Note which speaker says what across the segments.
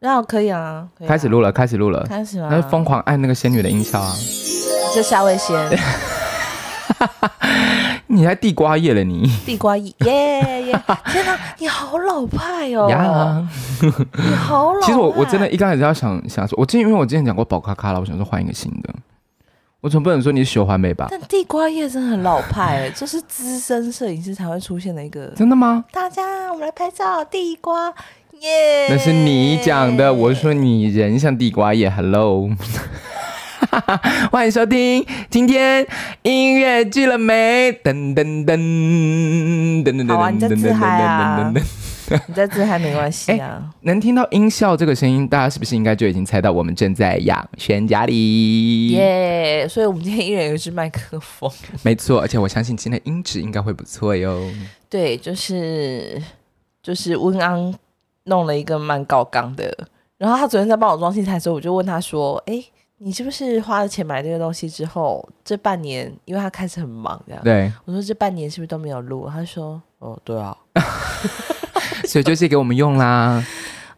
Speaker 1: 然后可以啊，可以啊
Speaker 2: 开始，录了，开始录了，
Speaker 1: 开始啦，
Speaker 2: 那就疯狂按那个仙女的音效啊！
Speaker 1: 这夏威仙
Speaker 2: 你还地瓜叶了你
Speaker 1: 地瓜叶耶 耶！天哪，你好老派哦，
Speaker 2: 呀？
Speaker 1: 你好老派。
Speaker 2: 其实我我真的一开始要想想说，我之前因为我之前讲过宝咖咖了，我想说换一个新的。我总不能说你是雪环美吧？
Speaker 1: 但地瓜叶真的很老派、欸，这是资深摄影师才会出现的一个。
Speaker 2: 真的吗？
Speaker 1: 大家，我们来拍照，地瓜耶！
Speaker 2: 那是你讲的，我是说你人像地瓜叶。Hello，欢迎收听今天音乐剧了没？噔噔噔噔噔噔
Speaker 1: 好啊你在
Speaker 2: 噔
Speaker 1: 自
Speaker 2: 噔
Speaker 1: 嗨啊
Speaker 2: 噔噔噔噔。
Speaker 1: 你在这还没关系啊。
Speaker 2: 能听到音效这个声音，大家是不是应该就已经猜到我们正在养轩家里？
Speaker 1: 耶所以我们今天一人有一支麦克风。
Speaker 2: 没错，而且我相信今天音质应该会不 错哟。
Speaker 1: 对，就是就是温安弄了一个蛮高纲的，然后他昨天在帮我装器材的时候，我就问他说：“哎，你是不是花了钱买这个东西之后，这半年因为他开始很忙这样？”
Speaker 2: 对，
Speaker 1: 我说：“这半年是不是都没有录？”他说：“哦，对啊，
Speaker 2: 所以就是给我们用 啦，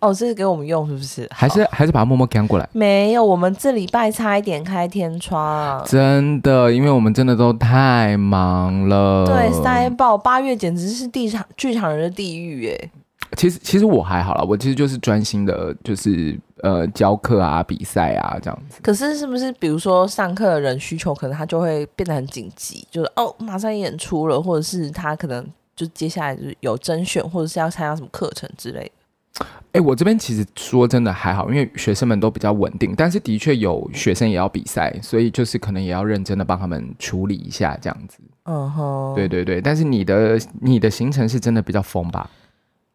Speaker 1: 哦，这是给我们用是不是？
Speaker 2: 还是
Speaker 1: 好
Speaker 2: 还是把它默默赶过来。
Speaker 1: 没有？我们这礼拜差一点开天窗。”
Speaker 2: 真的，因为我们真的都太忙了。
Speaker 1: 对，塞爆八月简直是地场剧场人的地狱哎、
Speaker 2: 其实其实我还好啦，我其实就是专心的，就是呃教课啊、比赛啊这样子。
Speaker 1: 可是是不是比如说上课的人需求，可能他就会变得很紧急，就是哦马上演出了，或者是他可能就接下来就是有甄选，或者是要参加什么课程之类的。
Speaker 2: 哎，我这边其实说真的还好，因为学生们都比较稳定，但是的确有学生也要比赛，所以就是可能也要认真的帮他们处理一下这样子。
Speaker 1: 嗯哼，
Speaker 2: 对，对对，但是你的你的行程是真的比较疯吧？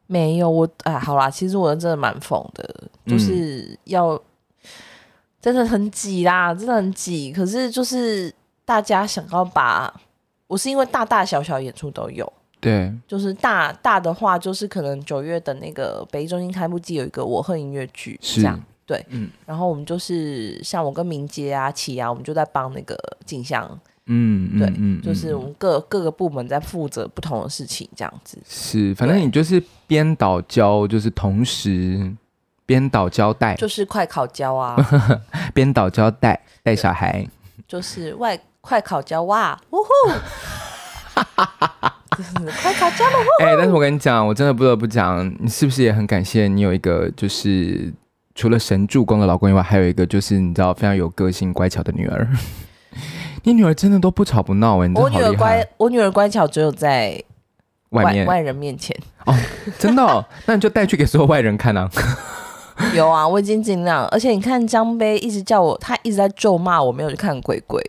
Speaker 1: 没有我哎，好啦，其实我真的蛮疯的，就是要、真的很挤啦，真的很挤。可是就是大家想要把，我是因为大大小小演出都有。
Speaker 2: 对，
Speaker 1: 就是大大的话，就是可能九月的那个北艺中心开幕季有一个我恨音乐剧，这
Speaker 2: 是
Speaker 1: 样对，
Speaker 2: 嗯
Speaker 1: 然后我们就是像我跟明杰啊、琪啊，我们就在帮那个景香，
Speaker 2: 嗯，
Speaker 1: 对
Speaker 2: 嗯嗯，
Speaker 1: 就是
Speaker 2: 嗯
Speaker 1: 我们各各个部门在负责不同的事情，这样子。
Speaker 2: 是，反正
Speaker 1: 对
Speaker 2: 你就是编导教，就是同时编导交代，
Speaker 1: 就是快考教 啊，
Speaker 2: 编导交代带小孩，
Speaker 1: 就是外快考教哇，呜 呼，就是快考教了，
Speaker 2: 哎、但是我跟你讲，我真的不得不讲，你是不是也很感谢你有一个就是除了神助攻的老公以外，还有一个就是你知道非常有个性乖巧的女儿。 你女儿真的都不吵不闹哎、你真
Speaker 1: 我女
Speaker 2: 的好
Speaker 1: 儿
Speaker 2: 厉害
Speaker 1: 乖！，我女儿乖巧，只有在
Speaker 2: 外面
Speaker 1: 外人面前。
Speaker 2: 真的、哦，那你就带去给所有外人看啊！
Speaker 1: 有啊，我已经尽量，而且你看江杯一直叫我，他一直在咒骂我没有去看鬼鬼，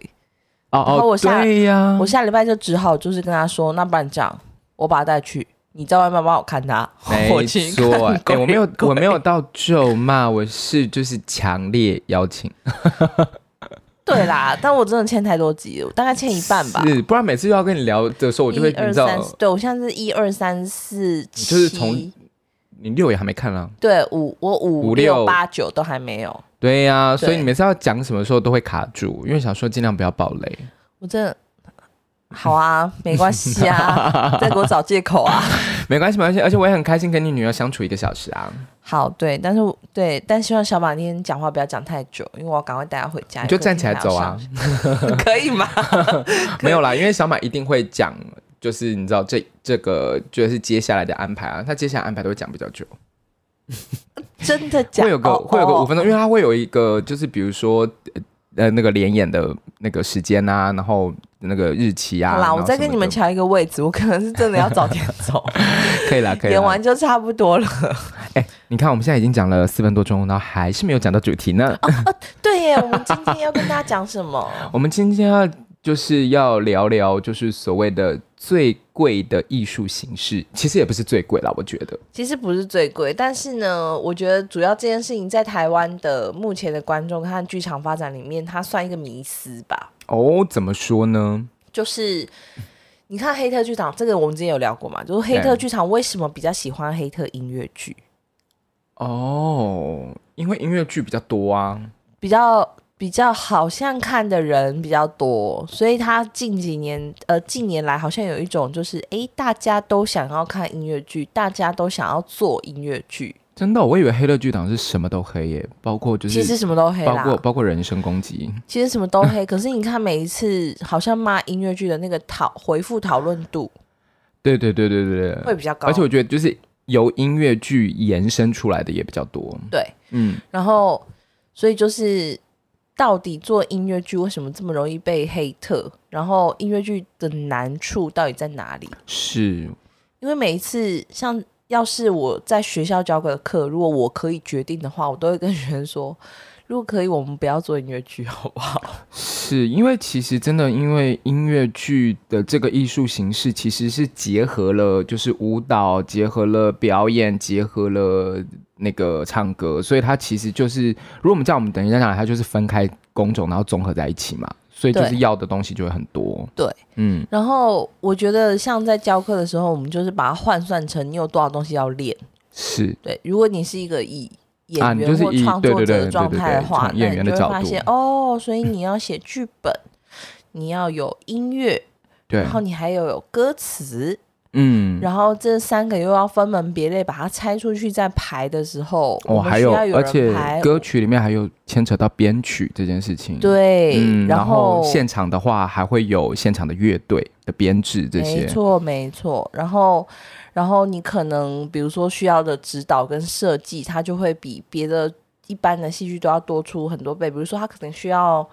Speaker 2: 哦
Speaker 1: 然后我
Speaker 2: 哦，
Speaker 1: 下
Speaker 2: 对呀、
Speaker 1: 我下礼拜就只好就是跟他说，那不然这样，我把他带去，你在外面帮我看他， 我
Speaker 2: 没
Speaker 1: 去
Speaker 2: 错，
Speaker 1: 看
Speaker 2: 哎、
Speaker 1: 鬼
Speaker 2: 我没有，
Speaker 1: 鬼
Speaker 2: 我没有到咒骂，我是就是强烈邀请，
Speaker 1: 对啦，但我真的欠太多集了，我大概欠一半吧。
Speaker 2: 是，不然每次要跟你聊的时候，我就会
Speaker 1: 一
Speaker 2: 你
Speaker 1: 二
Speaker 2: 知道，
Speaker 1: 三，对我现在是一二三四
Speaker 2: 你
Speaker 1: 七，
Speaker 2: 就是从你六也还没看啊啦、
Speaker 1: 对五我五
Speaker 2: 五六
Speaker 1: 八九都还没有，
Speaker 2: 对呀、
Speaker 1: 对
Speaker 2: 所以你每次要讲什么时候都会卡住，因为想说尽量不要爆雷。
Speaker 1: 我真的好啊，没关系 啊，再给我找借口啊。
Speaker 2: 没关系，没关系，而且我也很开心跟你女儿相处一个小时啊，
Speaker 1: 好，对，但是我对，但希望小马今天讲话不要讲太久，因为我要赶快带他回家。
Speaker 2: 你就
Speaker 1: 有可能
Speaker 2: 站起来
Speaker 1: 还要
Speaker 2: 走啊
Speaker 1: 上学， 可以 吗？
Speaker 2: 没有啦，因为小马一定会讲，就是你知道这这个就是接下来的安排啊，他接下来安排都会讲比较久。
Speaker 1: 真的假？
Speaker 2: 会有个、
Speaker 1: 哦
Speaker 2: 会有个
Speaker 1: 哦
Speaker 2: 五分钟，因为它会有一个就是比如说呃呃那个连演的那个时间啊，然后那个日期啊。
Speaker 1: 好
Speaker 2: 然
Speaker 1: 啦，
Speaker 2: 后
Speaker 1: 我再
Speaker 2: 什么
Speaker 1: 跟你们
Speaker 2: 的
Speaker 1: 抢一个位置，我可能是真的要早点走，
Speaker 2: 可以啦， 可以啦。
Speaker 1: 演完就差不多 了。
Speaker 2: 你看我们现在已经讲了四分多钟，然后还是没有讲到主题呢。
Speaker 1: 对耶，我们今天要跟大家讲什 么？
Speaker 2: 我们今天要就是要聊聊就是所谓的最贵的艺术形式，其实也不是最贵啦，我觉得。
Speaker 1: 其实不是最贵，但是呢，我觉得主要这件事情在台湾的目前的观众看剧场发展里面，它算一个迷思吧。
Speaker 2: 哦，怎么说呢？
Speaker 1: 就是你看黑特剧场，这个我们之前有聊过嘛，就是黑特剧场为什么比较喜欢黑特音乐剧，
Speaker 2: 哦，因为音乐剧比较多啊。
Speaker 1: 比较比较好像看的人比较多，所以他近几年呃近年来好像有一种就是诶，大家都想要看音乐剧，大家都想要做音乐剧
Speaker 2: 真的，我以为黑乐剧党是什么都黑耶，包括就
Speaker 1: 其实
Speaker 2: 是
Speaker 1: 什么都黑
Speaker 2: 包括
Speaker 1: 啦，
Speaker 2: 包括人身攻击，
Speaker 1: 其实什么都黑。可是你看每一次好像骂音乐剧的那个讨回复讨论度
Speaker 2: 对对对对对
Speaker 1: 会
Speaker 2: 对，
Speaker 1: 比较高，
Speaker 2: 而且我觉得就是由音乐剧延伸出来的也比较多，
Speaker 1: 对，
Speaker 2: 嗯，
Speaker 1: 然后所以就是到底做音乐剧为什么这么容易被黑特？然后音乐剧的难处到底在哪里？
Speaker 2: 是，
Speaker 1: 因为每一次像要是我在学校教过的课，如果我可以决定的话，我都会跟 学生说，如果可以，我们不要做音乐剧，好不好？
Speaker 2: 是因为其实真的，因为音乐剧的这个艺术形式，其实是结合了就是舞蹈，结合了表演，结合了那个唱歌，所以它其实就是，如果我们这样，我们等一下讲，它就是分开工种，然后综合在一起嘛，所以就是
Speaker 1: 对
Speaker 2: 要的东西就会很多。
Speaker 1: 对，
Speaker 2: 嗯，
Speaker 1: 然后我觉得像在教课的时候，我们就是把它换算成你有多少东西要练。
Speaker 2: 是
Speaker 1: 对，如果你是一个以
Speaker 2: 啊
Speaker 1: 演
Speaker 2: 你
Speaker 1: 员
Speaker 2: 就是
Speaker 1: 或
Speaker 2: 以
Speaker 1: 创
Speaker 2: 对
Speaker 1: 作
Speaker 2: 对对
Speaker 1: 者的
Speaker 2: 对
Speaker 1: 状
Speaker 2: 对
Speaker 1: 态的
Speaker 2: 对
Speaker 1: 话，
Speaker 2: 从
Speaker 1: 那
Speaker 2: 演
Speaker 1: 你
Speaker 2: 员
Speaker 1: 就
Speaker 2: 的
Speaker 1: 会
Speaker 2: 角
Speaker 1: 发
Speaker 2: 度
Speaker 1: 现哦，所以你要写剧本，你要有音乐，
Speaker 2: 对
Speaker 1: 然，后你还有有歌词，
Speaker 2: 嗯，
Speaker 1: 然后这三个又要分门别类把它拆出去再排的时候，我
Speaker 2: 哦，
Speaker 1: 们
Speaker 2: 还
Speaker 1: 需
Speaker 2: 有，
Speaker 1: 要有
Speaker 2: 而且
Speaker 1: 人排
Speaker 2: 歌曲里面还有牵扯到编曲这件事情。。
Speaker 1: 对，
Speaker 2: 嗯，然
Speaker 1: 后
Speaker 2: 现场的话还会有现场的乐队的编制这
Speaker 1: 没
Speaker 2: 些，
Speaker 1: 错没错，然后然后你可能比如说需要的指导跟设计，它就会比别的一般的戏剧都要多出很多倍。比如说，他可能需要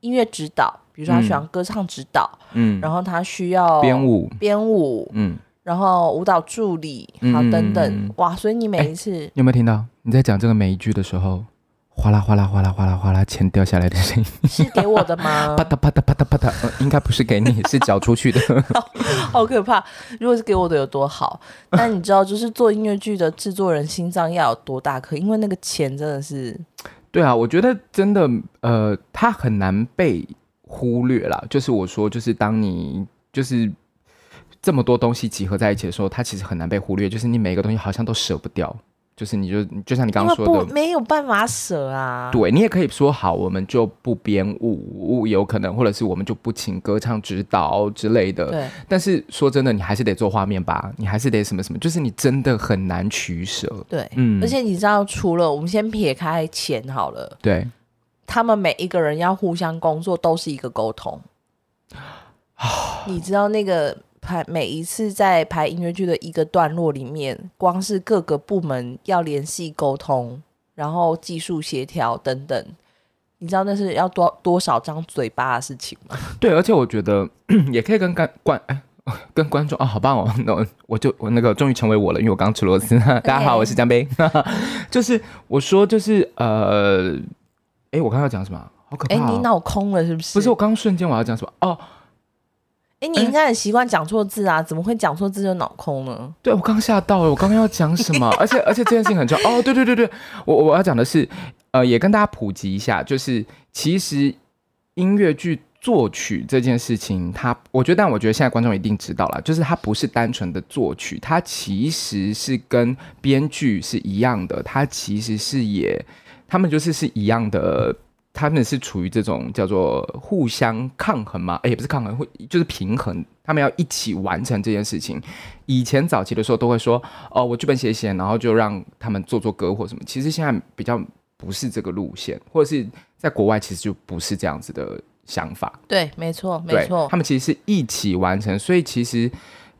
Speaker 1: 音乐指导，比如说他需要歌唱指导，
Speaker 2: 嗯，
Speaker 1: 然后他需要
Speaker 2: 编舞，
Speaker 1: 编舞，
Speaker 2: 嗯，
Speaker 1: 然后舞蹈助理，好等等，
Speaker 2: 嗯哎
Speaker 1: 哇！所以你每一次
Speaker 2: 你有没有听到你在讲这个每一句的时候，哗啦哗啦哗啦哗啦哗啦钱掉下来的声音，
Speaker 1: 是给我的吗
Speaker 2: 啪？嗒啪嗒啪嗒啪嗒，呃应该不是给你，是缴出去的。
Speaker 1: 好可怕！如果是给我的有多好？但你知道，就是做音乐剧的制作人心脏要有多大颗？因为那个钱真的是。
Speaker 2: 对啊，我觉得真的，呃，它很难被忽略啦。就是我说，就是当你就是这么多东西集合在一起的时候，它其实很难被忽略。就是你每一个东西好像都舍不掉，就是你就就像你刚
Speaker 1: 因
Speaker 2: 刚
Speaker 1: 为
Speaker 2: 说
Speaker 1: 不
Speaker 2: 的。
Speaker 1: 没有办法舍啊。
Speaker 2: 对你也可以说好，我们就不编舞，舞有可能，或者是我们就不请歌唱指导之类的。
Speaker 1: 对
Speaker 2: 但是说真的，你还是得做画面吧，你还是得什么什么，就是你真的很难取舍。
Speaker 1: 对
Speaker 2: 嗯，
Speaker 1: 而且你知道，除了我们先撇开钱好了，
Speaker 2: 对
Speaker 1: 他们每一个人要互相工作都是一个沟通。
Speaker 2: 啊
Speaker 1: 你知道那个排每一次在排音乐剧的一个段落里面，光是各个部门要联系沟通，然后技术协调等等。你知道那是要多多少张嘴巴的事情吗？
Speaker 2: 对，而且我觉得 也可以跟观观哎。跟观众啊、好棒哦！那我我就我那个终于成为我了，因为我刚吃螺丝。大家好，我是江杯。 就是我说就是呃，哎，我刚刚要讲什么啊？好可怕、
Speaker 1: 哎、
Speaker 2: 哦！
Speaker 1: 你脑空了是不是？
Speaker 2: 不是我刚刚瞬间我要讲什么？哦，
Speaker 1: 哎、你应该很习惯讲错字啊，怎么会讲错字就脑空呢？
Speaker 2: 对，我刚吓到了，我刚刚要讲什么？而且而且这件事情很重要。哦，对对对对，我我要讲的是，呃，也跟大家普及一下，就是其实音乐剧作曲这件事情，它我觉得，但我觉得现在观众一定知道了，就是它不是单纯的作曲，它其实是跟编剧是一样的，它其实是也，他们就是是一样的。他们是处于这种叫做互相抗衡嘛，哎，也不是抗衡，会就是平衡，他们要一起完成这件事情。以前早期的时候都会说，哦，我剧本写一写，然后就让他们做做歌或什么。其实现在比较不是这个路线，或者是在国外其实就不是这样子的想法。
Speaker 1: 对，嗯没错，
Speaker 2: 对
Speaker 1: 没错
Speaker 2: 他。们其实是一起完成，所以其实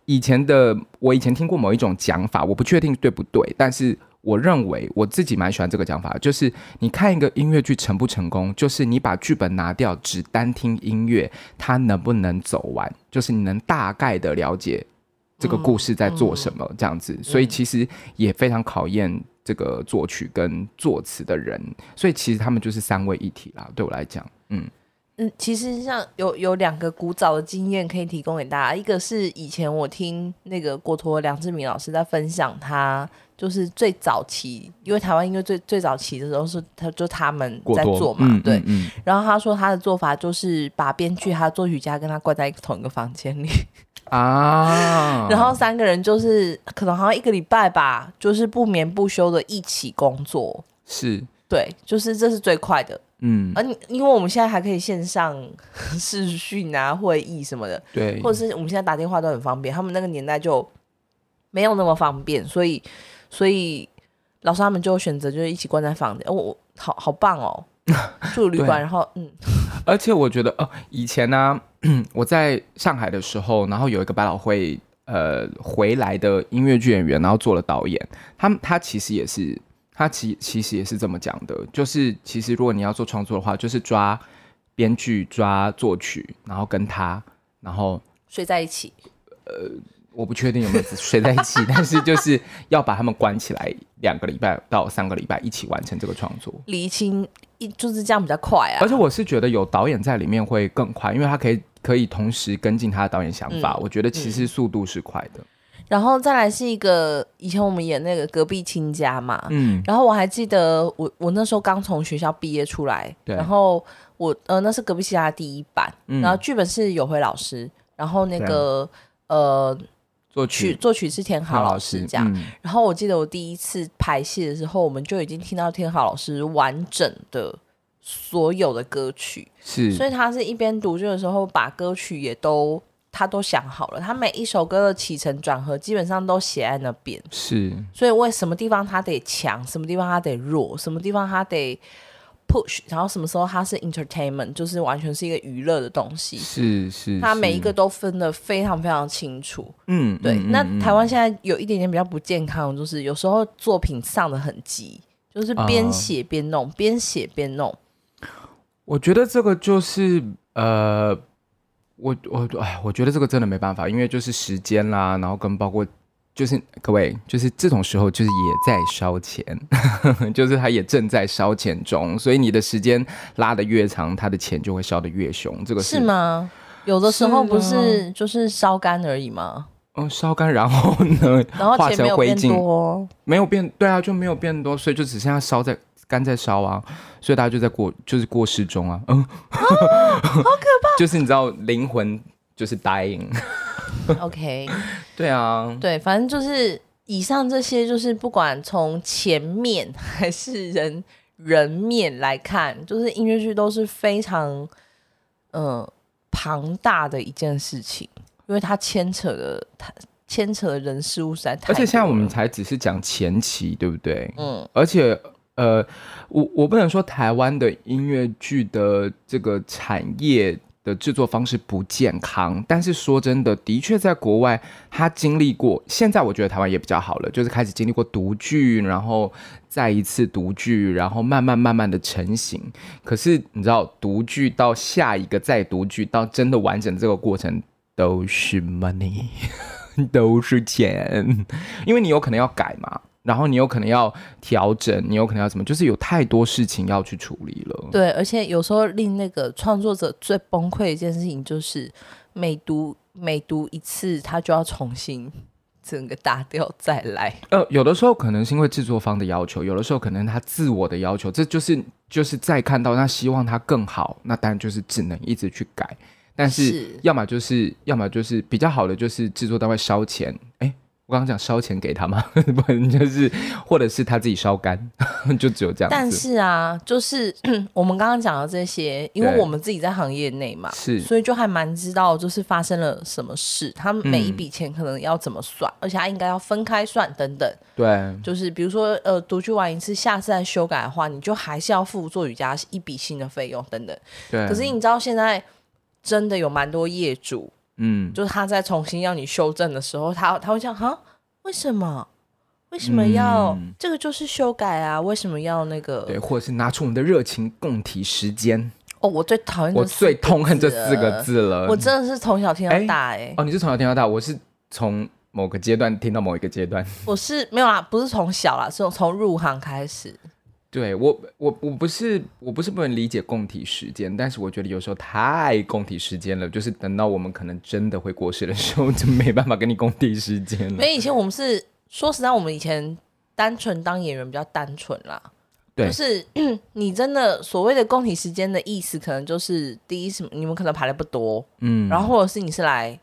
Speaker 2: 以前的我以前听过某一种讲法，我不确定对不对，但是我认为我自己蛮喜欢这个讲法，就是你看一个音乐剧成不成功，就是你把剧本拿掉，只单听音乐，它能不能走完，就是你能大概的了解这个
Speaker 1: 嗯
Speaker 2: 故事在做什么这样子，所以其实也非常考验。这个作曲跟作词的人，所以其实他们就是三位一体啦。对我来讲，嗯，
Speaker 1: 嗯，其实像有有两个古早的经验可以提供给大家，一个是以前我听那个国陀梁志明老师在分享他。就是最早期，因为台湾音乐最最早期的时候是他就他们
Speaker 2: 过
Speaker 1: 在
Speaker 2: 多
Speaker 1: 做嘛，
Speaker 2: 嗯
Speaker 1: 对
Speaker 2: 嗯。嗯
Speaker 1: 然后他说他的做法就是把编剧、他的作曲家跟他关在一个同一个房间里，
Speaker 2: 啊，
Speaker 1: 然后三个人就是可能好像一个礼拜吧，就是不眠不休的一起工作。
Speaker 2: 是，
Speaker 1: 对，就是这是最快的。
Speaker 2: 嗯，
Speaker 1: 啊而你因为我们现在还可以线上 视讯啊、会议什么的，
Speaker 2: 对，
Speaker 1: 呃或者是我们现在打电话都很方便，他们那个年代就没有那么方便，所以所以老师他们就选择就是一起关在房间，哦、我好好棒 哦，住旅馆，
Speaker 2: 对
Speaker 1: 然后嗯，
Speaker 2: 而且我觉得，哦，以前呢、 我在上海的时候，然后有一个百老汇呃回来的音乐剧演员，然后做了导演。他们他其实也是，他其其实也是这么讲的，就是其实如果你要做创作的话，就是抓编剧、抓作曲，然后跟他，然后
Speaker 1: 睡在一起，
Speaker 2: 我不确定有没有睡在一起， 但是就是要把他们关起来两个礼拜到三个礼拜，一起完成这个创作。
Speaker 1: 厘清一就是这样比较快啊
Speaker 2: 而。且我是觉得有导演在里面会更快，因为他可以可以同时跟进他的导演想法。
Speaker 1: 嗯
Speaker 2: 我觉得其实速度是快的。
Speaker 1: 然后再来是一个以前我们演那个隔壁亲家嘛，
Speaker 2: 嗯，
Speaker 1: 然后我还记得我我那时候刚从学校毕业出来，
Speaker 2: 对
Speaker 1: 然后我呃那是隔壁其他的第一版，
Speaker 2: 嗯
Speaker 1: 然后剧本是有辉老师，然后那个呃
Speaker 2: 作
Speaker 1: 曲
Speaker 2: 曲
Speaker 1: 作曲是天豪
Speaker 2: 好
Speaker 1: 老师这样。
Speaker 2: 嗯
Speaker 1: 然后我记得我第一次排戏的时候，我们就已经听到天豪老师完整的所有的歌曲，所
Speaker 2: 是
Speaker 1: 以他是一边读剧的时候把歌曲也都。他都想好了，他每一首歌的起承转合基本上都写在那边。
Speaker 2: 是，
Speaker 1: 所以为什么地方他得强，什么地方他得弱，什么地方他得 push，然后什么时候他是 entertainment，就是完全是一个娱乐的东西。
Speaker 2: 是是，
Speaker 1: 他每一个
Speaker 2: 是
Speaker 1: 都分得非常非常清楚，
Speaker 2: 嗯，
Speaker 1: 对。
Speaker 2: 嗯
Speaker 1: 那
Speaker 2: 嗯嗯
Speaker 1: 台湾现在有一点点比较不健康，就是有时候作品上的很急，就是边
Speaker 2: 啊
Speaker 1: 写边弄，边写边弄。
Speaker 2: 我觉得这个就是呃，我我哎，我觉得这个真的没办法，因为就是时间啦，然后跟包括就是各位，就是这种时候就是也在烧钱， 就是他也正在烧钱中，所以你的时间拉得越长，他的钱就会烧得越凶，这个
Speaker 1: 是？吗？有的时候
Speaker 2: 是
Speaker 1: 不
Speaker 2: 啊
Speaker 1: 是就是烧干而已吗？
Speaker 2: 嗯，烧干，然后呢，
Speaker 1: 然后钱
Speaker 2: 化
Speaker 1: 没
Speaker 2: 成
Speaker 1: 有
Speaker 2: 灰
Speaker 1: 变多
Speaker 2: 烬，
Speaker 1: 哦，
Speaker 2: 没有变，对啊，就没有变多，所以就只剩下烧在干在烧啊，所以大家就在过就是过世中啊， 嗯，好可怕，就是你知道灵魂就是 dying，
Speaker 1: OK，
Speaker 2: 对啊，
Speaker 1: 对，反正就是以上这些，就是不管从前面还是人人面来看，就是音乐剧都是非常呃庞大的一件事情，因为它牵扯的它牵扯的人事物实在太多
Speaker 2: 而
Speaker 1: 了。
Speaker 2: 且现在我们才只是讲前期，对不对？
Speaker 1: 嗯，
Speaker 2: 而且呃，我我不能说台湾的音乐剧的这个产业的制作方式不健康，但是说真的，的确在国外，他经历过，现在我觉得台湾也比较好了，就是开始经历过独剧，然后再一次独剧，然后慢慢慢慢的成型。可是你知道，独剧到下一个再独剧到真的完整这个过程都是 money。都是钱，因为你有可能要改嘛，然后你有可能要调整，你有可能要怎么，就是有太多事情要去处理了。
Speaker 1: 对，而且有时候令那个创作者最崩溃的一件事情，就是每读每读一次，他就要重新整个打掉再来。
Speaker 2: 呃，有的时候可能是因为制作方的要求，有的时候可能他自我的要求，这就是就是再看到他希望他更好，那当然就是只能一直去改。但是
Speaker 1: 是
Speaker 2: 要么就是要么就是比较好的就是制作单位烧钱，哎，我刚刚讲烧钱给他吗？ 不然就是或者是他自己烧干， 就只有这样子。
Speaker 1: 但是啊，就是 我们刚刚讲的这些，因为
Speaker 2: 对
Speaker 1: 我们自己在行业内嘛，
Speaker 2: 是
Speaker 1: 所以就还蛮知道就是发生了什么事，他们每一
Speaker 2: 嗯
Speaker 1: 笔钱可能要怎么算，而且他应该要分开算等等。
Speaker 2: 对，
Speaker 1: 就是比如说，呃，独居完一次，下次再修改的话，你就还是要付做瑜伽一笔新的费用等等。
Speaker 2: 对，
Speaker 1: 可是你知道现在真的有蛮多业主，
Speaker 2: 嗯，
Speaker 1: 就是他在重新要你修正的时候，他他会想哈，为什么？为什么要、
Speaker 2: 嗯
Speaker 1: 这个就是修改啊？为什么要那个？
Speaker 2: 对，或者是拿出我们的热情共体时间。
Speaker 1: 哦，我最讨厌这
Speaker 2: 我
Speaker 1: 四个
Speaker 2: 最痛恨这四
Speaker 1: 了
Speaker 2: 个，字了。
Speaker 1: 我真的是从小听到
Speaker 2: 哎
Speaker 1: 大哎、
Speaker 2: 哦，你是从小听到大，我是从某个阶段听到某一个阶段。
Speaker 1: 我是没有啦，不是从小啦，是从入行开始。
Speaker 2: 对我，我我不是我不是不能理解共体时间，但是我觉得有时候太共体时间了，就是等到我们可能真的会过世的时候，就没办法跟你共体时间
Speaker 1: 因
Speaker 2: 了。
Speaker 1: 为以前我们是说实在，我们以前单纯当演员比较单纯啦。
Speaker 2: 对
Speaker 1: 就是 你真的所谓的供体时间的意思，可能就是第一什么，你们可能排的不多，
Speaker 2: 嗯，
Speaker 1: 然后或者是你是来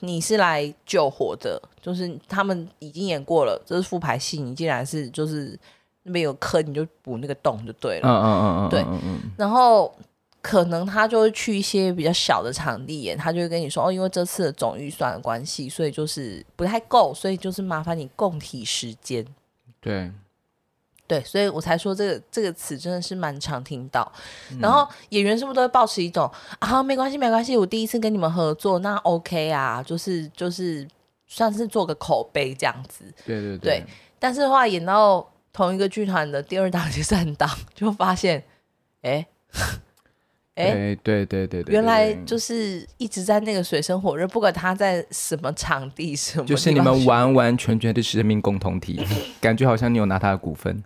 Speaker 1: 你是来救火的，就是他们已经演过了，这是复排戏，你竟然是就是那边有坑，你就补那个洞就对了。
Speaker 2: 嗯嗯嗯嗯，
Speaker 1: 对
Speaker 2: 嗯嗯
Speaker 1: 然后可能他就会去一些比较小的场地演，他就会跟你说哦，因为这次的总预算的关系，所以就是不太够，所以就是麻烦你共体时间。
Speaker 2: 对。
Speaker 1: 对，所以我才说这个这个词真的是蛮常听到。然后演员是不是都会保持一种啊，没关系没关系，我第一次跟你们合作，那 OK 啊，就是就是算是做个口碑这样子。
Speaker 2: 对对
Speaker 1: 对但是的话，演到同一个剧团的第二档、第三档，就发现，哎、哎、
Speaker 2: 对对对对对，
Speaker 1: 原来
Speaker 2: 对
Speaker 1: 就是一直在那个水深火热，不管他在什么场地、什么地
Speaker 2: 就
Speaker 1: 方
Speaker 2: 是你们完完全全的是生命共同体，感觉好像你有拿他的股份。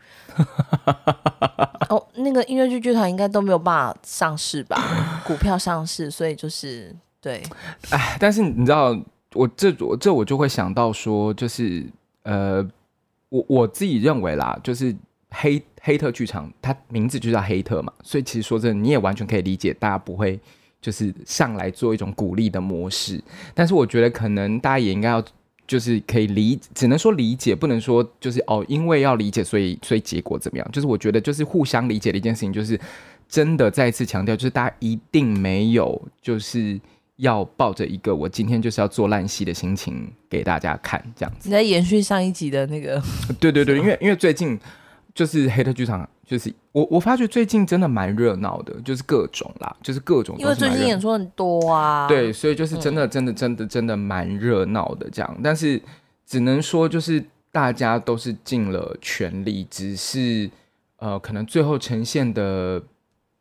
Speaker 1: 哦，那个音乐剧剧团应该都没有办法上市 吧？股票上市，所以就是对，
Speaker 2: 哎，但是你知道，我这我这我就会想到说，就是呃，我我自己认为啦，就是黑黑特剧场，它名字就叫黑特嘛，所以其实说真的，你也完全可以理解，大家不会就是上来做一种鼓励的模式。但是我觉得可能大家也应该要。就是可以理，只能说理解，不能说就是哦，因为要理解，所以所以结果怎么样？就是我觉得就是互相理解的一件事情，就是真的再一次强调，就是大家一定没有就是要抱着一个我今天就是要做烂戏的心情给大家看，这样子。
Speaker 1: 你在延续上一集的那 个，
Speaker 2: 对对
Speaker 1: 啊
Speaker 2: 对，因为因为最近就是黑特剧场，就是我我发觉最近真的蛮热闹的，就是各种啦，就是各种
Speaker 1: 因为
Speaker 2: 都是
Speaker 1: 最
Speaker 2: 蛮热
Speaker 1: 近演出很多啊，
Speaker 2: 对，，所以就是真的真的真的真的蛮热闹的这样，但是只能说就是大家都是尽了全力，只是呃可能最后呈现的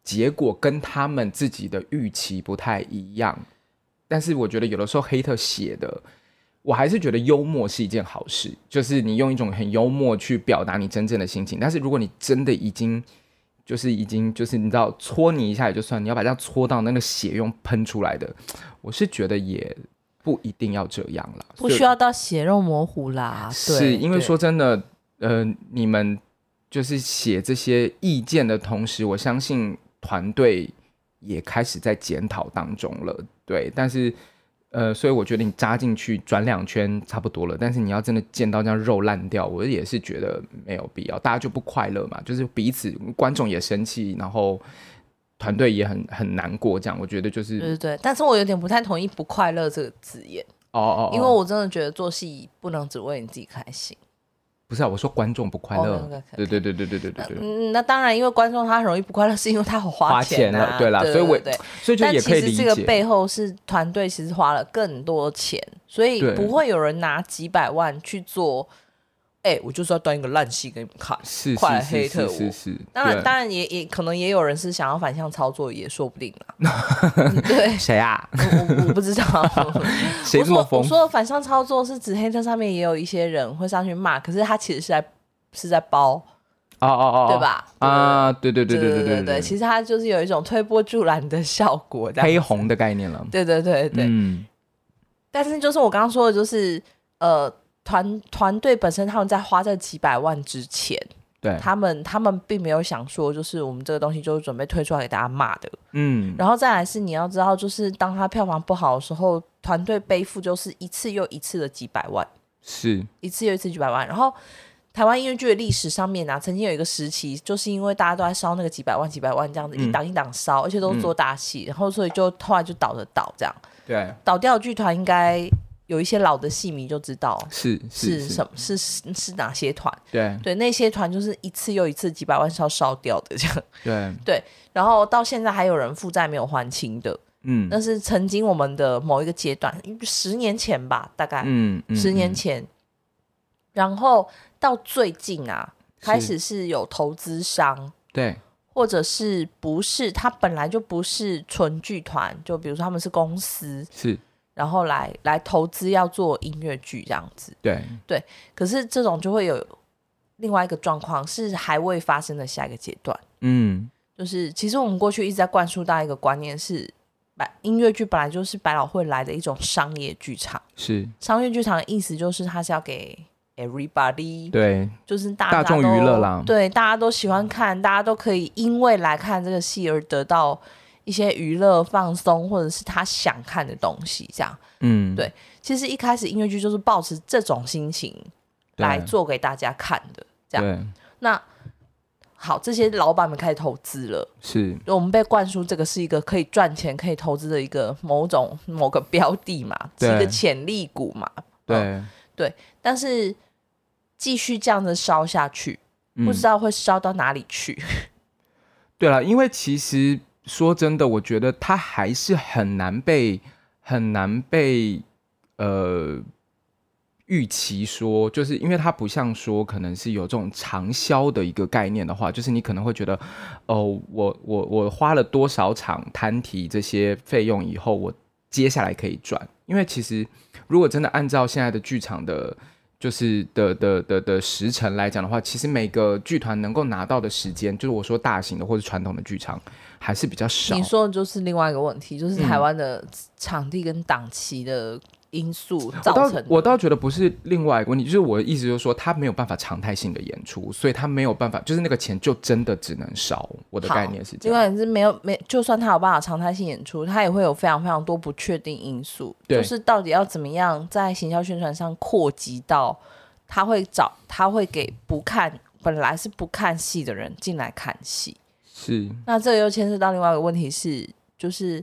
Speaker 2: 结果跟他们自己的预期不太一样，但是我觉得有的时候黑特写的。我还是觉得幽默是一件好事，就是你用一种很幽默去表达你真正的心情。但是如果你真的已经就是已经就是你知道搓你一下也就算，你要把它搓到那个血用喷出来的，我是觉得也不一定要这样啦。
Speaker 1: 不
Speaker 2: 所以
Speaker 1: 需要到血肉模糊啦，
Speaker 2: 是
Speaker 1: 啊对
Speaker 2: 因为说，真的，呃，你们就是写这些意见的同时，我相信团队也开始在检讨当中了。对，但是呃，所以我觉得你扎进去转两圈差不多了，但是你要真的见到这样肉烂掉，我也是觉得没有必要，大家就不快乐嘛，就是彼此观众也生气，然后团队也很很难过，这样我觉得
Speaker 1: 对
Speaker 2: 就是
Speaker 1: 对对，但是我有点不太同意“不快乐”这个字眼，
Speaker 2: 哦哦，哦
Speaker 1: 因为我真的觉得做戏不能只为你自己开心。
Speaker 2: 不是啊，我说观众不快
Speaker 1: 哦
Speaker 2: 乐，
Speaker 1: 没有没有
Speaker 2: 对对对对对对对对。
Speaker 1: 嗯，那当然，因为观众他很容易不快乐，是因为他很
Speaker 2: 花
Speaker 1: 钱
Speaker 2: 钱
Speaker 1: 啊，
Speaker 2: 了，对啦，所以我
Speaker 1: 对对
Speaker 2: 所以就
Speaker 1: 但
Speaker 2: 也
Speaker 1: 其
Speaker 2: 可以
Speaker 1: 实
Speaker 2: 理
Speaker 1: 这个
Speaker 2: 解。
Speaker 1: 背后是团队其实花了更多钱，所以
Speaker 2: 对
Speaker 1: 不会有人拿几百万去做。哎、我就是要端一个烂戏给你们看。
Speaker 2: 是
Speaker 1: 快
Speaker 2: 是
Speaker 1: 黑
Speaker 2: 是
Speaker 1: 特
Speaker 2: 是
Speaker 1: 务
Speaker 2: 是是，
Speaker 1: 当然，
Speaker 2: 对
Speaker 1: 当然也也可能也有人是想要反向操作，也说不定啦。 嗯对，
Speaker 2: 谁啊？
Speaker 1: 我我我不知道。
Speaker 2: 谁
Speaker 1: 我
Speaker 2: 这
Speaker 1: 说
Speaker 2: 么
Speaker 1: 我
Speaker 2: 疯？
Speaker 1: 说的反向操作是指黑特上面也有一些人会上去骂，可是他其实是在是在包，
Speaker 2: 哦哦哦，
Speaker 1: 对？吧？
Speaker 2: 啊，对对对
Speaker 1: 对
Speaker 2: 对
Speaker 1: 对
Speaker 2: 对
Speaker 1: 其实他就是有一种推波助澜的效果，这样
Speaker 2: 黑红的概念了。
Speaker 1: 对对对对。
Speaker 2: 嗯，
Speaker 1: 但是就是我刚刚说的，就是呃，团团队本身他们在花这几百万之前，
Speaker 2: 对，
Speaker 1: 他们他们并没有想说，就是我们这个东西就是准备推出来给大家骂的。
Speaker 2: 嗯，
Speaker 1: 然后再来是你要知道，就是当它票房不好的时候，团队背负就是一次又一次的几百万，
Speaker 2: 是
Speaker 1: 一次又一次几百万。然后台湾音乐剧的历史上面啊，曾经有一个时期，就是因为大家都在烧那个几百万、几百万这样子，
Speaker 2: 嗯
Speaker 1: 一档一档烧，而且都是做大戏，然后所以就后来就倒的倒这样。
Speaker 2: 对，
Speaker 1: 倒掉的剧团应该有一些老的戏迷就知道
Speaker 2: 是
Speaker 1: 是
Speaker 2: 是，
Speaker 1: 什么是是是哪些团，
Speaker 2: 对
Speaker 1: 对那些团就是一次又一次几百万烧烧掉的这样，
Speaker 2: 对，
Speaker 1: 然后到现在还有人负债没有还清的，
Speaker 2: 嗯
Speaker 1: 那是曾经我们的某一个阶段，十年前吧，大概、
Speaker 2: 嗯，嗯
Speaker 1: 十年
Speaker 2: 嗯
Speaker 1: 前，然后到最近啊，
Speaker 2: 是
Speaker 1: 开始是有投资商。
Speaker 2: 对
Speaker 1: 或者是不是他本来就不是纯剧团，就比如说他们是公司，
Speaker 2: 是，
Speaker 1: 然后来来投资要做音乐剧这样子。
Speaker 2: 对
Speaker 1: 可是这种就会有另外一个状况是还未发生的下一个阶段，
Speaker 2: 嗯
Speaker 1: 就是其实我们过去一直在灌输大家一个观念是。百音乐剧本来就是百老汇来的一种商业剧场，
Speaker 2: 是，
Speaker 1: 商业剧场的意思就是它是要给 everybody，
Speaker 2: 对
Speaker 1: 就是大
Speaker 2: 大
Speaker 1: 家
Speaker 2: 众
Speaker 1: 都
Speaker 2: 娱乐啦
Speaker 1: 对，大家都喜欢看，大家都可以因为来看这个戏而得到一些娱乐放松，或者是他想看的东西，这样。
Speaker 2: 嗯
Speaker 1: 对其实一开始音乐剧就是抱持这种心情
Speaker 2: 对
Speaker 1: 来做给大家看的。这样
Speaker 2: 对
Speaker 1: 那好，这些老板们开始投资了，
Speaker 2: 是
Speaker 1: 我们被灌输这个是一个可以赚钱、可以投资的一个某种某个标的嘛，是
Speaker 2: 对
Speaker 1: 一个潜力股嘛。嗯
Speaker 2: 对
Speaker 1: 但是继续这样子烧下去，
Speaker 2: 嗯
Speaker 1: 不知道会烧到哪里去。
Speaker 2: 对了，因为其实说真的，我觉得他还是很难被很难被呃预期说，就是因为它不像说可能是有这种长销的一个概念的话，就是你可能会觉得，哦，我我我花了多少场摊提这些费用以后，我接下来可以赚。因为其实如果真的按照现在的剧场的。就是的的的的时辰来讲的话，其实每个剧团能够拿到的时间，就是我说大型的或者传统的剧场还是比较少
Speaker 1: 你。说的就是另外一个问题，
Speaker 2: 嗯
Speaker 1: 就是台湾的场地跟档期的因素
Speaker 2: 我
Speaker 1: 造
Speaker 2: 倒
Speaker 1: 成的
Speaker 2: 我倒觉得不是另外一个问题，就是我的意思就是说，他没有办法常态性的演出，所以他没有办法，就是那个钱就真的只能少。我的
Speaker 1: 好
Speaker 2: 概念是这
Speaker 1: 另
Speaker 2: 样。
Speaker 1: 外是没有没，就算他有办法常态性演出，他也会有非常非常多不确定因素，
Speaker 2: 对
Speaker 1: 就是到底要怎么样在行销宣传上扩及到他会找他会给不看本来是不看戏的人进来看戏。
Speaker 2: 是，
Speaker 1: 那这又牵涉到另外一个问题是，就是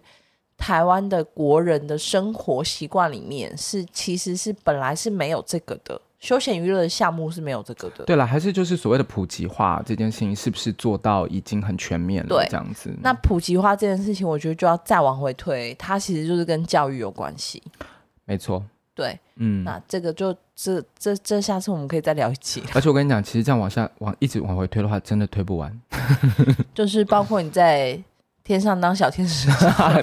Speaker 1: 台湾的国人的生活习惯里面是其实是本来是没有这个的，休闲娱乐的项目是没有这个的。
Speaker 2: 对了，还是就是所谓的普及化这件事情，是不是做到已经很全面了
Speaker 1: 对？
Speaker 2: 这样子。
Speaker 1: 那普及化这件事情，我觉得就要再往回推，它其实就是跟教育有关系。
Speaker 2: 没错，
Speaker 1: 对，
Speaker 2: 嗯。
Speaker 1: 那这个就这这这下次我们可以再聊一 集，
Speaker 2: 而且我跟你讲，其实这样往下往一直往回推的话，真的推不完。
Speaker 1: 就是包括你在天上当小天 使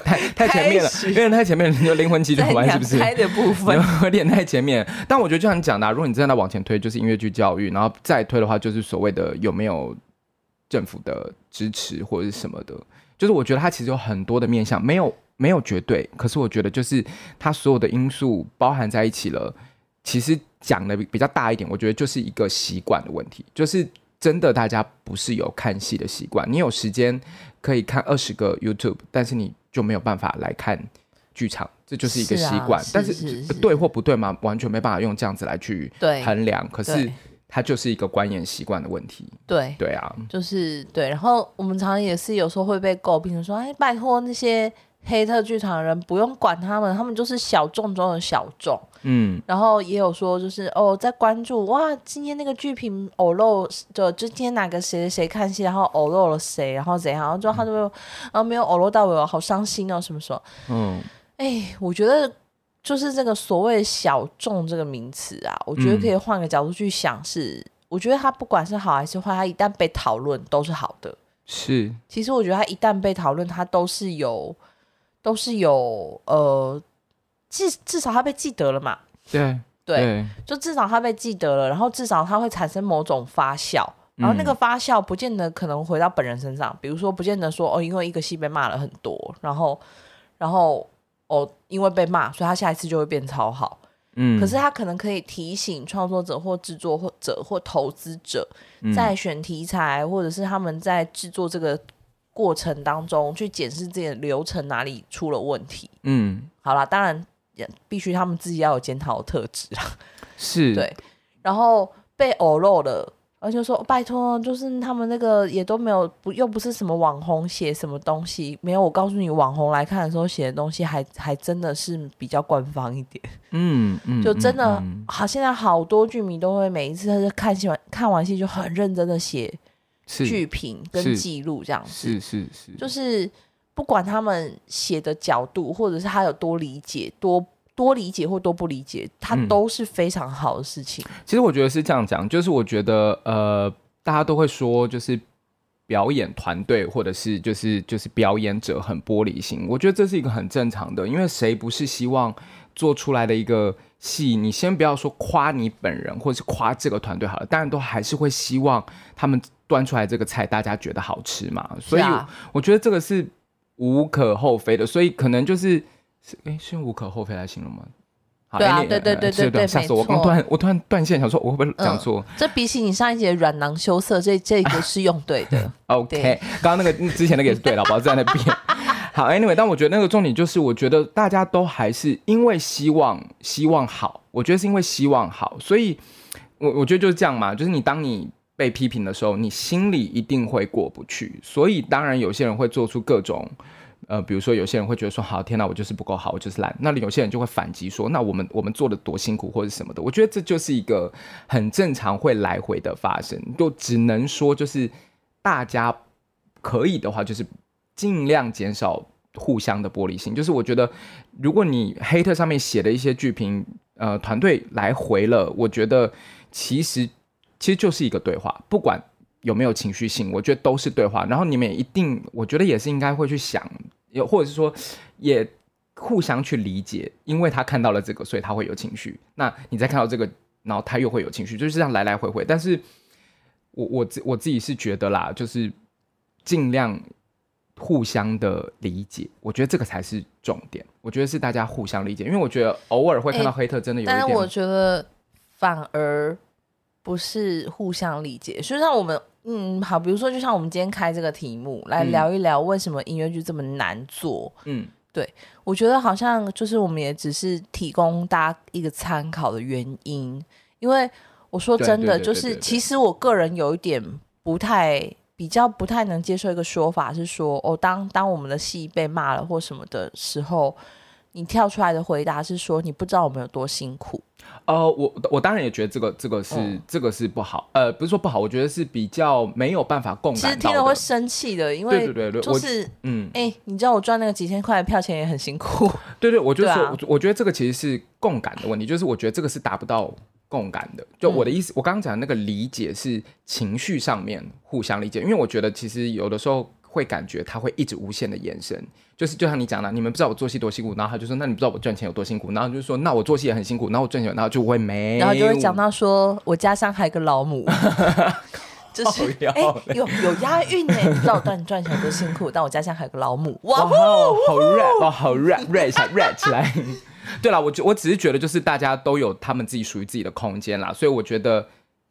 Speaker 2: 太太前面了
Speaker 1: 开，始
Speaker 2: 有点太前面了，你就灵魂急
Speaker 1: 在
Speaker 2: 转弯是
Speaker 1: 两
Speaker 2: 不是？
Speaker 1: 开的部
Speaker 2: 你
Speaker 1: 分，
Speaker 2: 有 点太前面，但我觉得就像你讲的啊、如果你真的往前推，就是音乐剧教育，然后再推的话，就是所谓的有没有政府的支持或者是什么的，就是我觉得它其实有很多的面向，没有没有绝对，可是我觉得就是它所有的因素包含在一起了，其实讲的比较大一点，我觉得就是一个习惯的问题，就是真的大家不是有看戏的习惯，你有时间可以看二十个 YouTube，但是你就没有办法来看剧场，这就是一个
Speaker 1: 是啊
Speaker 2: 习惯。但
Speaker 1: 是
Speaker 2: 是呃
Speaker 1: 是是
Speaker 2: 对或不对嘛，完全没办法用这样子来去
Speaker 1: 对
Speaker 2: 衡量。可是
Speaker 1: 对
Speaker 2: 它就是一个观演习惯的问题。
Speaker 1: 对，
Speaker 2: 对啊，
Speaker 1: 就是对，然后我们常常也是有时候会被诟病说，哎，拜托那些黑特剧场的人不用管他们，他们就是小众中的小众。
Speaker 2: 嗯，
Speaker 1: 然后也有说，就是哦，在关注哇，今天那个剧评偶漏，就就今天哪个谁谁谁看戏，然后偶漏了谁，然后怎样，然后就他就会，然后没有哦偶漏到我，好伤心哦，什么什么。
Speaker 2: 嗯，
Speaker 1: 哎，我觉得就是这个所谓小众这个名词啊，我觉得
Speaker 2: 嗯
Speaker 1: 可以换个角度去想是，我觉得它不管是好还是坏，它一旦被讨论都是好的。
Speaker 2: 是
Speaker 1: 其实我觉得它一旦被讨论，它都是有，都是有，呃，至至少它被记得了嘛，
Speaker 2: 对
Speaker 1: 对，就至少它被记得了，然后至少它会产生某种发酵，然后那个发酵不见得可能回到本人身上，比如说不见得说哦，因为一个戏被骂了很多，然后然后哦，因为被骂，所以他下一次就会变超好。
Speaker 2: 嗯，
Speaker 1: 可是他可能可以提醒创作者或制作或者或投资者，
Speaker 2: 嗯
Speaker 1: 在选题材或者是他们在制作这个过程当中去检视自己的流程哪里出了问题。
Speaker 2: 嗯
Speaker 1: 好啦，当然也必须他们自己要有检讨的特质啦。
Speaker 2: 是
Speaker 1: 对然后被偶漏了，而且说拜托，就是他们那个也都没有，不又不是什么网红写什么东西，没有。我告诉你，网红来看的时候写的东西还还真的是比较官方一点，
Speaker 2: 嗯嗯，
Speaker 1: 就真的
Speaker 2: 嗯嗯
Speaker 1: 好、现在好多剧迷都会每一次他就看戏完看完戏就很认真的写
Speaker 2: 是
Speaker 1: 剧评跟
Speaker 2: 是
Speaker 1: 记录这样子，
Speaker 2: 是是是，
Speaker 1: 就是不管他们写的角度，或者是他有多理解多。多理解或多不理解，它
Speaker 2: 嗯
Speaker 1: 都是非常好的事情。
Speaker 2: 其实我觉得是这样讲，就是我觉得呃，大家都会说就是。表演团队或者是就是就是表演者很玻璃心，我觉得这是一个很正常的，因为谁不是希望做出来的一个戏，你先不要说夸你本人或者是夸这个团队好了，当然都还是会希望他们端出来这个菜大家觉得好吃嘛，所以
Speaker 1: 是啊
Speaker 2: 我觉得这个是无可厚非的，所以可能就是是哎是用无可厚非来形容吗？好
Speaker 1: 对啊
Speaker 2: anyway，
Speaker 1: 对对
Speaker 2: 呃
Speaker 1: 对
Speaker 2: 是
Speaker 1: 对对
Speaker 2: 吓死
Speaker 1: 没
Speaker 2: 我！我刚
Speaker 1: 错
Speaker 2: 突然哎我突然断线，想说我会不会讲错、
Speaker 1: 这比起你上一节软囊羞涩，这这个是用对 的。
Speaker 2: o k
Speaker 1: 对
Speaker 2: 刚刚那个嗯之前那个也是 对的，好不好？在那边。好，Anyway，但我觉得那个重点就是，我觉得大家都还是因为希望，希望好，我觉得是因为希望好，所以我我觉得就是这样嘛，就是你当你被批评的时候，你心里一定会过不去，所以当然有些人会做出各种呃，比如说有些人会觉得说，好，天哪，我就是不够好，我就是懒。那有些人就会反击说，那我们我们做的多辛苦或者什么的。我觉得这就是一个很正常会来回的发生，就只能说就是大家可以的话，就是尽量减少互相的玻璃心。就是我觉得，如果你黑特上面写的一些剧评，呃，团队来回了，我觉得其实其实就是一个对话，不管。有没有情绪性？我觉得都是对话。然后你们也一定，我觉得也是应该会去想，也或者是说，也互相去理解，因为他看到了这个，所以他会有情绪。那你再看到这个，然后他又会有情绪，就是这样来来回回。但是我我自我自己是觉得啦，就是尽量互相的理解，我觉得这个才是重点。我觉得是大家互相理解，因为我觉得偶尔会看到黑特真的有一点，
Speaker 1: 但是我觉得反而不是互相理解，就像我们。嗯，好，比如说，就像我们今天开这个题目来
Speaker 2: 嗯
Speaker 1: 聊一聊为什么音乐剧这么难做。
Speaker 2: 嗯
Speaker 1: 我觉得好像就是我们也只是提供大家一个参考的原因，因为我说真的，
Speaker 2: 对对对
Speaker 1: 就
Speaker 2: 对对
Speaker 1: 是
Speaker 2: 对
Speaker 1: 其实我个人有一点不太比较不太能接受一个说法是说，哦，当当我们的戏被骂了或什么的时候，你跳出来的回答是说你不知道我们有多辛苦。
Speaker 2: 呃，我我当然也觉得这个这个是、
Speaker 1: 嗯
Speaker 2: 这个是不好，呃，不是说不好，我觉得是比较没有办法共
Speaker 1: 其实
Speaker 2: 感
Speaker 1: 听
Speaker 2: 到
Speaker 1: 了会
Speaker 2: 的。
Speaker 1: 生气的，因
Speaker 2: 对
Speaker 1: 为
Speaker 2: 对对对，
Speaker 1: 就
Speaker 2: 我
Speaker 1: 是
Speaker 2: 嗯，
Speaker 1: 哎、你知道我赚那个几千块的票钱也很辛苦。
Speaker 2: 对对，我就
Speaker 1: 对
Speaker 2: 说，
Speaker 1: 啊
Speaker 2: 我我觉得这个其实是共感的问题，就是我觉得这个是达不到共感的。就
Speaker 1: 嗯
Speaker 2: 我的意思，我刚刚讲的那个理解是情绪上面互相理解，因为我觉得其实有的时候会感觉他会一直无限的延伸，就是就像你讲的，你们不知道我做戏多辛苦，然后他就说，那你不知道我赚钱有多辛苦，然后就说，那我做戏也很辛苦，然后我赚钱，然后就会没有，
Speaker 1: 然后就会讲到说，我家乡还有个老母， 就是
Speaker 2: 靠腰
Speaker 1: 哎、有有押韵呢。你知道我赚赚钱有多辛苦，但我家乡还有个老母，哇
Speaker 2: 哇，哦，好 rap 哦，好 rap rap 一下 rap 起来。对啦，我觉我只是觉得就是大家都有他们自己属于自己的空间啦，所以我觉得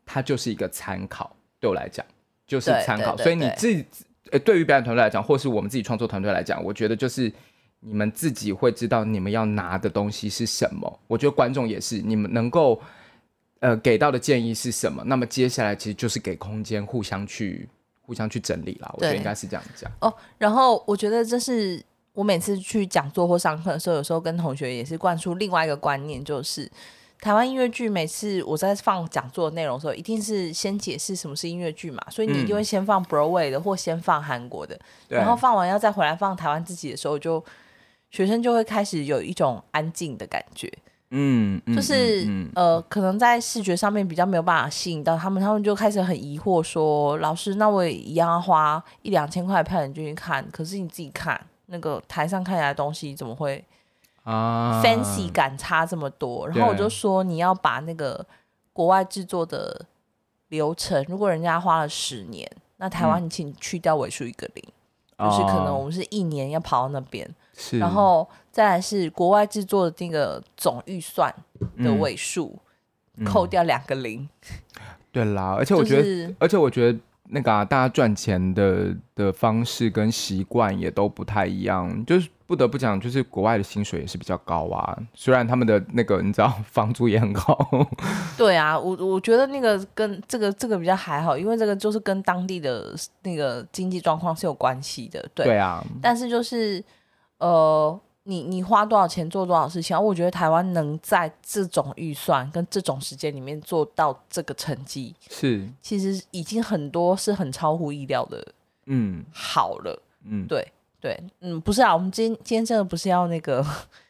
Speaker 2: 它就是一个参考，对我来讲就是
Speaker 1: 对
Speaker 2: 参考。
Speaker 1: 对对
Speaker 2: 所以你自己呃，对于表演团队来讲，或是我们自己创作团队来讲，我觉得就是你们自己会知道你们要拿的东西是什么。我觉得观众也是，你们能够呃给到的建议是什么，那么接下来其实就是给空间互相去互相去整理啦。我觉得
Speaker 1: 对
Speaker 2: 应该是这样讲。
Speaker 1: 哦。然后我觉得这是我每次去讲座或上课的时候，有时候跟同学也是灌输另外一个观念，就是台湾音乐剧。每次我在放讲座的内容的时候，一定是先解释什么是音乐剧嘛，所以你一定会先放 Broadway 的或先放韩国的，
Speaker 2: 嗯对
Speaker 1: 然后放完要再回来放台湾自己的时候就。学生就会开始有一种安静的感觉，
Speaker 2: 嗯，嗯
Speaker 1: 就是、
Speaker 2: 嗯嗯
Speaker 1: 呃，可能在视觉上面比较没有办法吸引到他们，他们就开始很疑惑说：“老师，那我也一样要花一两千块的票钱进去看，可是你自己看那个台上看起来的东西怎么会
Speaker 2: 啊
Speaker 1: fancy 感差这么多？”然后我
Speaker 2: 对
Speaker 1: 就说：“你要把那个国外制作的流程，如果人家花了十年，那台湾你请去掉尾数一个零，就是可能我
Speaker 2: 嗯哦
Speaker 1: 们是一年要跑到那边，
Speaker 2: 是，
Speaker 1: 然后再来是国外制作的那个总预算的
Speaker 2: 嗯
Speaker 1: 尾数。
Speaker 2: 嗯
Speaker 1: 扣掉两个零，
Speaker 2: 对啦，而且我
Speaker 1: 就
Speaker 2: 觉得，
Speaker 1: 是
Speaker 2: 而且我觉得那个、啊、大家赚钱的的方式跟习惯也都不太一样，就是不得不讲，就是国外的薪水也是比较高啊，虽然他们的那个你知道房租也很高，
Speaker 1: 对啊，我我觉得那个跟这个这个比较还好，因为这个就是跟当地的那个经济状况是有关系的，对。
Speaker 2: 对啊，
Speaker 1: 但是就是呃，你你花多少钱做多少事情，我觉得台湾能在这种预算跟这种时间里面做到这个成绩，
Speaker 2: 是，
Speaker 1: 其实已经很多是很超乎意料的
Speaker 2: 嗯
Speaker 1: 好了。
Speaker 2: 嗯。
Speaker 1: 对对，嗯，不是啊，我们今天今天真的不是要那个，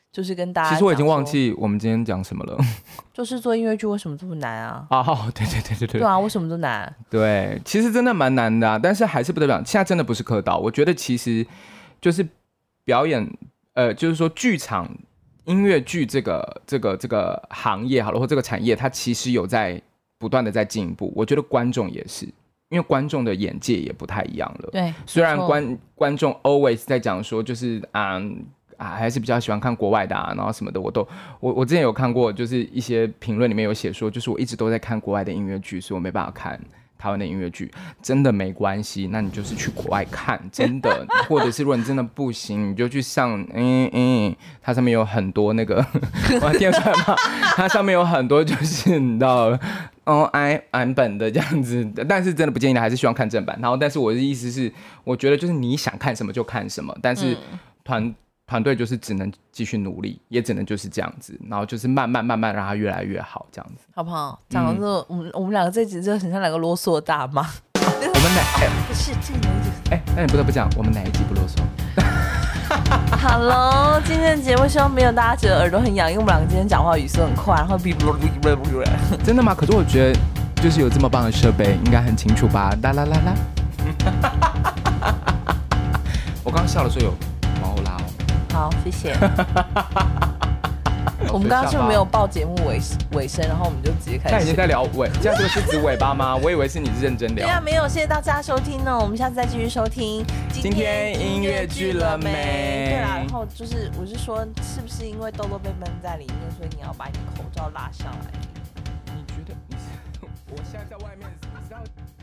Speaker 1: 就是跟大家
Speaker 2: 其实我已经
Speaker 1: 讲
Speaker 2: 忘
Speaker 1: 说，
Speaker 2: 记我们今天讲什么了
Speaker 1: 就是做音乐剧为什么这么难啊？
Speaker 2: 啊！哦对对对对对
Speaker 1: 对啊，为什么都难？
Speaker 2: 对，其实真的蛮难的、啊，但是还是不得了。现在真的不是客套，我觉得其实就是表演，呃，就是说剧场音乐剧这个这个这个行业好了，或这个产业，它其实有在不断的在进步。我觉得观众也是，因为观众的眼界也不太一样了。
Speaker 1: 对，
Speaker 2: 虽然
Speaker 1: 没错
Speaker 2: 观观众 always 在讲说，就是啊、啊，还是比较喜欢看国外的啊，然后什么的，我都我我之前有看过，就是一些评论里面有写说，就是我一直都在看国外的音乐剧，所以我没办法看。台湾的音乐剧真的没关系，那你就是去国外看，真的， 或者是如果你真的不行，你就去上，嗯嗯，它上面有很多那个，我的天算嘛，它上面有很多就是你知道， 哦，安安本的这样子，但是真的不
Speaker 1: 嗯
Speaker 2: 建议你还是希望看正版。然后，但是我的意思是，我觉得就是你想看什么就看什么，但是团团队就是只能继续努力，也只能就是这样子，然后就是慢慢慢慢让它越来越好这样子。
Speaker 1: 好不好？讲到这个，我们我们两个这集就很像两个啰嗦的大妈。 嗯
Speaker 2: 我们哪哎
Speaker 1: 不是这个有点。
Speaker 2: 哎，那你不得不讲，我们哪一集不啰嗦？
Speaker 1: 好喽，今天的节目希望没有大家觉得耳朵很痒，因为我们两个今天讲话语速很快，然后哔哔哔哔哔哔。
Speaker 2: 真的吗？可是我觉得就是有这么棒的设备，应该很清楚吧？啦啦啦 啦！我刚刚笑的时候有往后拉哦。
Speaker 1: 好，谢谢。我们刚刚是不是没有报节目尾尾声，然后我们就直接
Speaker 2: 现在
Speaker 1: 开
Speaker 2: 已
Speaker 1: 始
Speaker 2: 经。在聊尾，现在这个是指尾巴吗？我以为是你是认真
Speaker 1: 对
Speaker 2: 聊。
Speaker 1: 啊，没有，谢谢大家收听呢，我们下次再继续收听。
Speaker 2: 今天音乐剧了没
Speaker 1: 对啦，然后就是我是说，是不是因为痘痘被闷在里面，所以你要把你口罩拉上来？
Speaker 2: 你觉得你是？我现在在外面，你知道。